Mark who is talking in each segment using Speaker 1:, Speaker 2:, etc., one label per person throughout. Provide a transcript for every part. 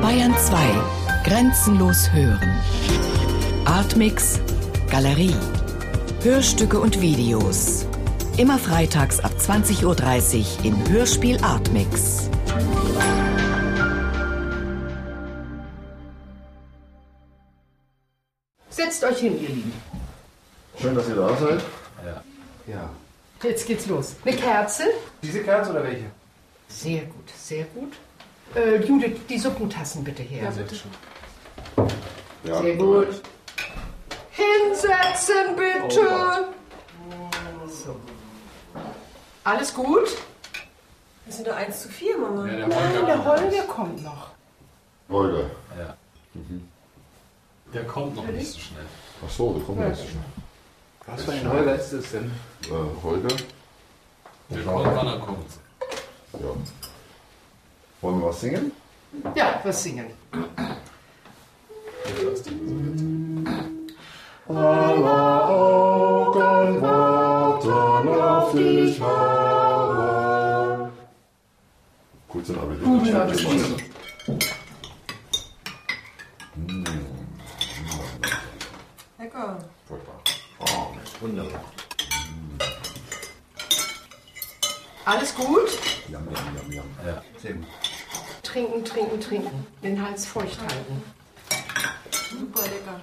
Speaker 1: Bayern 2. Grenzenlos hören. Artmix. Galerie. Hörstücke und Videos. Immer freitags ab 20.30 Uhr im Hörspiel Artmix.
Speaker 2: Setzt euch hin, ihr Lieben.
Speaker 3: Schön, dass ihr da seid.
Speaker 4: Ja.
Speaker 2: Jetzt geht's los. Eine Kerze?
Speaker 4: Diese Kerze oder welche?
Speaker 2: Sehr gut, sehr gut. Äh, Judith, die Suppentassen bitte her.
Speaker 3: Ja, genau.
Speaker 2: Sehr gut. Hinsetzen bitte. Oh, So. Alles gut?
Speaker 5: Wir sind doch 1 zu 4, Mama.
Speaker 4: Ja, der
Speaker 2: Nein, der
Speaker 4: Holger.
Speaker 2: Holger kommt noch.
Speaker 3: Holger. Mhm.
Speaker 4: Der kommt noch nicht so schnell.
Speaker 3: Ach so, wir kommen jetzt schon.
Speaker 4: Was für ein Holger ist das denn?
Speaker 3: Äh, Holger?
Speaker 4: Der kommt, wann er kommt.
Speaker 3: Ja. Wollen wir was singen?
Speaker 2: Ja, was singen.
Speaker 3: Alle Augen warten auf dich, Herr. Guten Appetit. Guten Appetit.
Speaker 5: Lecker.
Speaker 3: Wunderbar.
Speaker 2: Alles gut?
Speaker 3: Jam, jam, jam, jam.
Speaker 4: Ja.
Speaker 3: Sehr gut.
Speaker 2: Trinken, trinken, trinken. Den Hals feucht halten.
Speaker 5: Super lecker.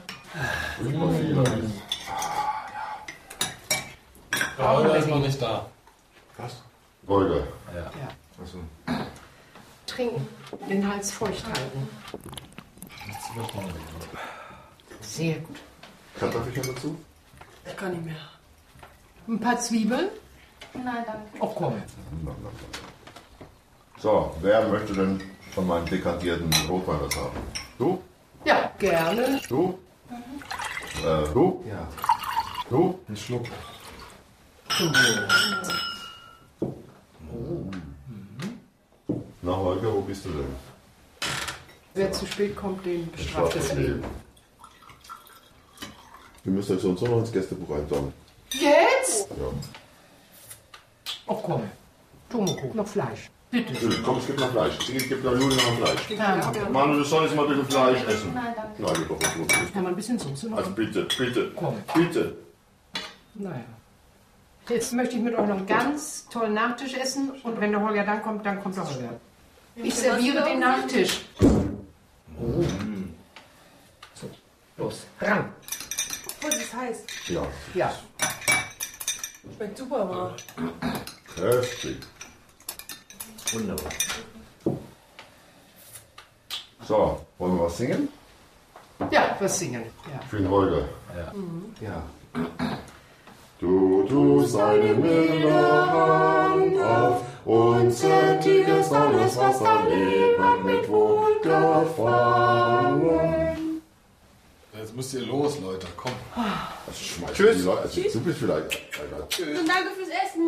Speaker 3: Super viel.
Speaker 4: Der Holger ist noch nicht da.
Speaker 3: Holger.
Speaker 4: Ja.
Speaker 2: Trinken, den Hals feucht halten. Sehr gut.
Speaker 3: Kartoffelchen dazu?
Speaker 5: Ich kann nicht mehr.
Speaker 2: Ein paar Zwiebeln?
Speaker 6: Nein, danke.
Speaker 2: Oh komm.
Speaker 3: So, wer möchte denn von meinem dekantierten Rotwein was haben? Du?
Speaker 2: Ja, gerne.
Speaker 3: Du? Äh, du? Ja. Du? Ein Schluck. Na Holger, wo bist du denn?
Speaker 2: Wer zu spät kommt, den
Speaker 3: Ein
Speaker 2: bestraft das Leben.
Speaker 3: Ihr müsst euch so und so noch ins Gästebuch eintragen.
Speaker 2: Jetzt?
Speaker 3: Ja.
Speaker 2: Oh komm. Tomoko, noch Fleisch.
Speaker 3: Judith, Komm, es gibt noch Fleisch. Es gibt noch Juli noch Fleisch.
Speaker 2: Hermann,
Speaker 3: Manu, du sollst mal ein bisschen Fleisch essen.
Speaker 6: Nein, danke.
Speaker 3: Nein, wir brauchen Brot.
Speaker 2: Hermann, ein bisschen Soße
Speaker 3: Also
Speaker 2: noch?
Speaker 3: bitte, bitte,
Speaker 2: Komm.
Speaker 3: bitte.
Speaker 2: Naja. Jetzt möchte ich mit euch noch einen ganz tollen Nachtisch essen und wenn der Holger dann kommt, dann kommt der Holger. Ich serviere den Nachtisch. So, los, ran.
Speaker 5: Obwohl, es ist heiß.
Speaker 3: Ja,
Speaker 2: Ja.
Speaker 5: Schmeckt super, Mama.
Speaker 3: kräftig.
Speaker 7: Wunderbar.
Speaker 3: So, wollen wir was singen?
Speaker 2: Ja, was singen. Ja.
Speaker 3: Für den Holger.
Speaker 4: Ja.
Speaker 3: Du tust eine milde Hand auf und zertigerst alles, was dein Leben hat mit Wohlgefallen.
Speaker 4: Jetzt müsst ihr los, Leute. Kommt.
Speaker 3: Also schmeißt Tschüss. Die Leute, also, du bist vielleicht. Alter.
Speaker 5: Und danke fürs Essen.